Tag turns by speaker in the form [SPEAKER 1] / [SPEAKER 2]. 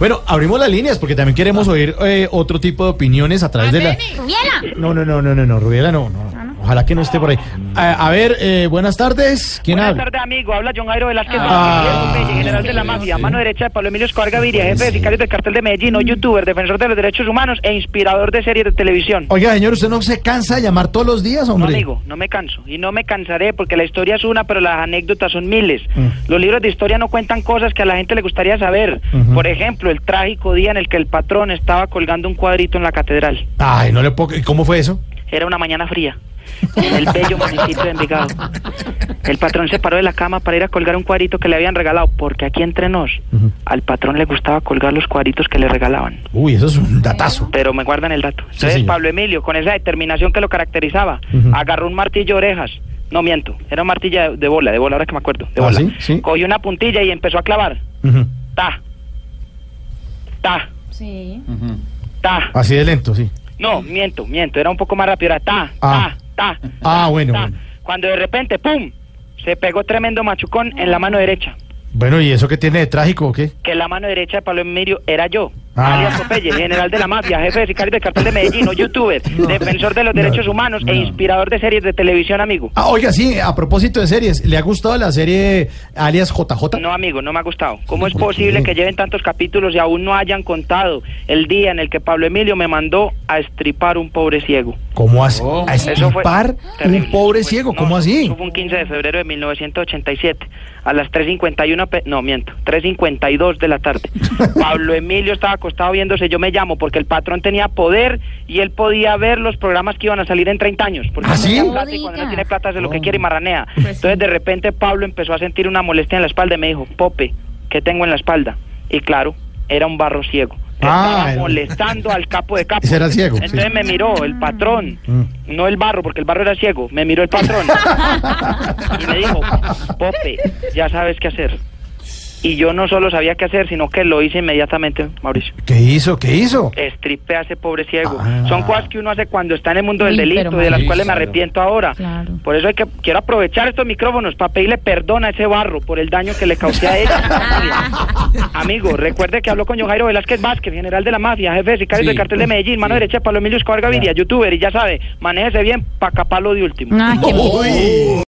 [SPEAKER 1] Bueno, abrimos las líneas porque también queremos oír eh, otro tipo de opiniones a través de la...
[SPEAKER 2] Rubiela.
[SPEAKER 1] No, no, no, no, no, no, Rubiela, no, no. Ojalá que no esté por ahí. A, a ver, eh, buenas tardes. ¿Quién
[SPEAKER 3] Buenas
[SPEAKER 1] habla?
[SPEAKER 3] tardes, amigo. Habla John Jairo Velázquez,
[SPEAKER 1] Ah.
[SPEAKER 3] Martínez Gómez, general de la mafia, mano derecha de Pablo Emilio Escobar Gaviria, jefe de sicarios del cartel de Medellín,
[SPEAKER 1] Mm.
[SPEAKER 3] hoy youtuber, defensor de los derechos humanos e inspirador de series de televisión.
[SPEAKER 1] Oiga, señor, ¿usted no se cansa de llamar todos los días,
[SPEAKER 3] No,
[SPEAKER 1] hombre?
[SPEAKER 3] amigo, no me canso. Y no me cansaré porque la historia es una, pero las anécdotas son miles.
[SPEAKER 1] Mm.
[SPEAKER 3] Los libros de historia no cuentan cosas que a la gente le gustaría saber.
[SPEAKER 1] Ujú.
[SPEAKER 3] Por ejemplo, el trágico día en el que el patrón estaba colgando un cuadrito en la catedral.
[SPEAKER 1] Ay, no le puedo... cre- ¿Y cómo fue eso?
[SPEAKER 3] Era una mañana fría, en el bello municipio de Envigado. El patrón se paró de la cama para ir a colgar un cuadrito que le habían regalado, porque aquí entre nos,
[SPEAKER 1] Ujú.
[SPEAKER 3] al patrón le gustaba colgar los cuadritos que le regalaban.
[SPEAKER 1] Uy, eso es un datazo.
[SPEAKER 3] Pero me guardan el dato. Entonces
[SPEAKER 1] señor.
[SPEAKER 3] Pablo Emilio, con esa determinación que lo caracterizaba,
[SPEAKER 1] Ujú.
[SPEAKER 3] agarró un martillo de orejas. No miento, era un martillo de, de bola, de bola, ahora que me acuerdo. De
[SPEAKER 1] Ah,
[SPEAKER 3] bola.
[SPEAKER 1] sí, sí.
[SPEAKER 3] Cogió una puntilla y empezó a clavar.
[SPEAKER 1] Ujú.
[SPEAKER 3] Ta. Ta.
[SPEAKER 2] Sí.
[SPEAKER 3] Ta.
[SPEAKER 1] Así de lento, sí.
[SPEAKER 3] No, miento, miento, era un poco más rápido, era ta,
[SPEAKER 1] Ah.
[SPEAKER 3] ta, ta.
[SPEAKER 1] Ah,
[SPEAKER 3] ta,
[SPEAKER 1] bueno,
[SPEAKER 3] ta.
[SPEAKER 1] bueno.
[SPEAKER 3] Cuando de repente, ¡pum! Se pegó tremendo machucón en la mano derecha.
[SPEAKER 1] Bueno, ¿y eso qué tiene de trágico o qué?
[SPEAKER 3] Que la mano derecha de Pablo Emilio era yo.
[SPEAKER 1] Ah.
[SPEAKER 3] Alias Popeye, general de la mafia, jefe de sicarios del cartel de Medellín, youtuber, defensor de los derechos humanos e inspirador de series de televisión, amigo.
[SPEAKER 1] Ah, oiga, sí, a propósito de series, ¿le ha gustado la serie alias JJ?
[SPEAKER 3] No, amigo, no me ha gustado. ¿Cómo es
[SPEAKER 1] ¿Por qué?
[SPEAKER 3] posible que lleven tantos capítulos y aún no hayan contado el día en el que Pablo Emilio me mandó a estripar un pobre ciego?
[SPEAKER 1] ¿Cómo así? ¿A
[SPEAKER 3] Eso fue
[SPEAKER 1] estripar
[SPEAKER 3] terrible.
[SPEAKER 1] un pobre
[SPEAKER 3] Pues,
[SPEAKER 1] ciego?
[SPEAKER 3] no,
[SPEAKER 1] ¿Cómo así?
[SPEAKER 3] Eso fue un 15 de febrero de 1987, a las 3.51, pe- no, miento, 3.52 de la tarde. Pablo Emilio estaba acostado viéndose Yo me llamo, porque el patrón tenía poder y él podía ver los programas que iban a salir en 30 años. Porque
[SPEAKER 1] ¿Ah,
[SPEAKER 3] no
[SPEAKER 1] sí? Oh. Pues
[SPEAKER 3] tenía plata y cuando no tiene plata hace lo que quiere y marranea. Entonces, de repente, Pablo empezó a sentir una molestia en la espalda y me dijo, Pope, ¿qué tengo en la espalda? Y claro, era un barro ciego.
[SPEAKER 1] Ah,
[SPEAKER 3] Estaba
[SPEAKER 1] era-
[SPEAKER 3] molestando al capo de capo.
[SPEAKER 1] Ese era el ciego, sí.
[SPEAKER 3] Entonces me miró el patrón.
[SPEAKER 1] Mm.
[SPEAKER 3] No el barro, porque el barro era ciego. Me miró el patrón. y me dijo, Pope, ya sabes qué hacer. Y yo no solo sabía qué hacer, sino que lo hice inmediatamente, Mauricio.
[SPEAKER 1] ¿Qué hizo? ¿Qué hizo?
[SPEAKER 3] Estripé a ese pobre ciego.
[SPEAKER 1] Ah.
[SPEAKER 3] Son cosas que uno hace cuando está en el mundo del
[SPEAKER 2] Uy, pero
[SPEAKER 3] delito y de las
[SPEAKER 2] Mauricio.
[SPEAKER 3] cuales me arrepiento ahora.
[SPEAKER 2] Claro.
[SPEAKER 3] Por eso hay que, quiero aprovechar estos micrófonos para pedirle perdón a ese barro por el daño que le causé a
[SPEAKER 2] Ah,
[SPEAKER 3] ella. Amigo, recuerde que habló con John Jairo Velázquez Vázquez, general de la mafia, jefe de sicarios
[SPEAKER 4] Sí.
[SPEAKER 3] del cartel de Medellín, mano derecha de Pablo Emilio Escobar Gaviria, youtuber, y ya sabe, manéjese bien para caparlo de último.
[SPEAKER 2] Ah, qué
[SPEAKER 1] Uy.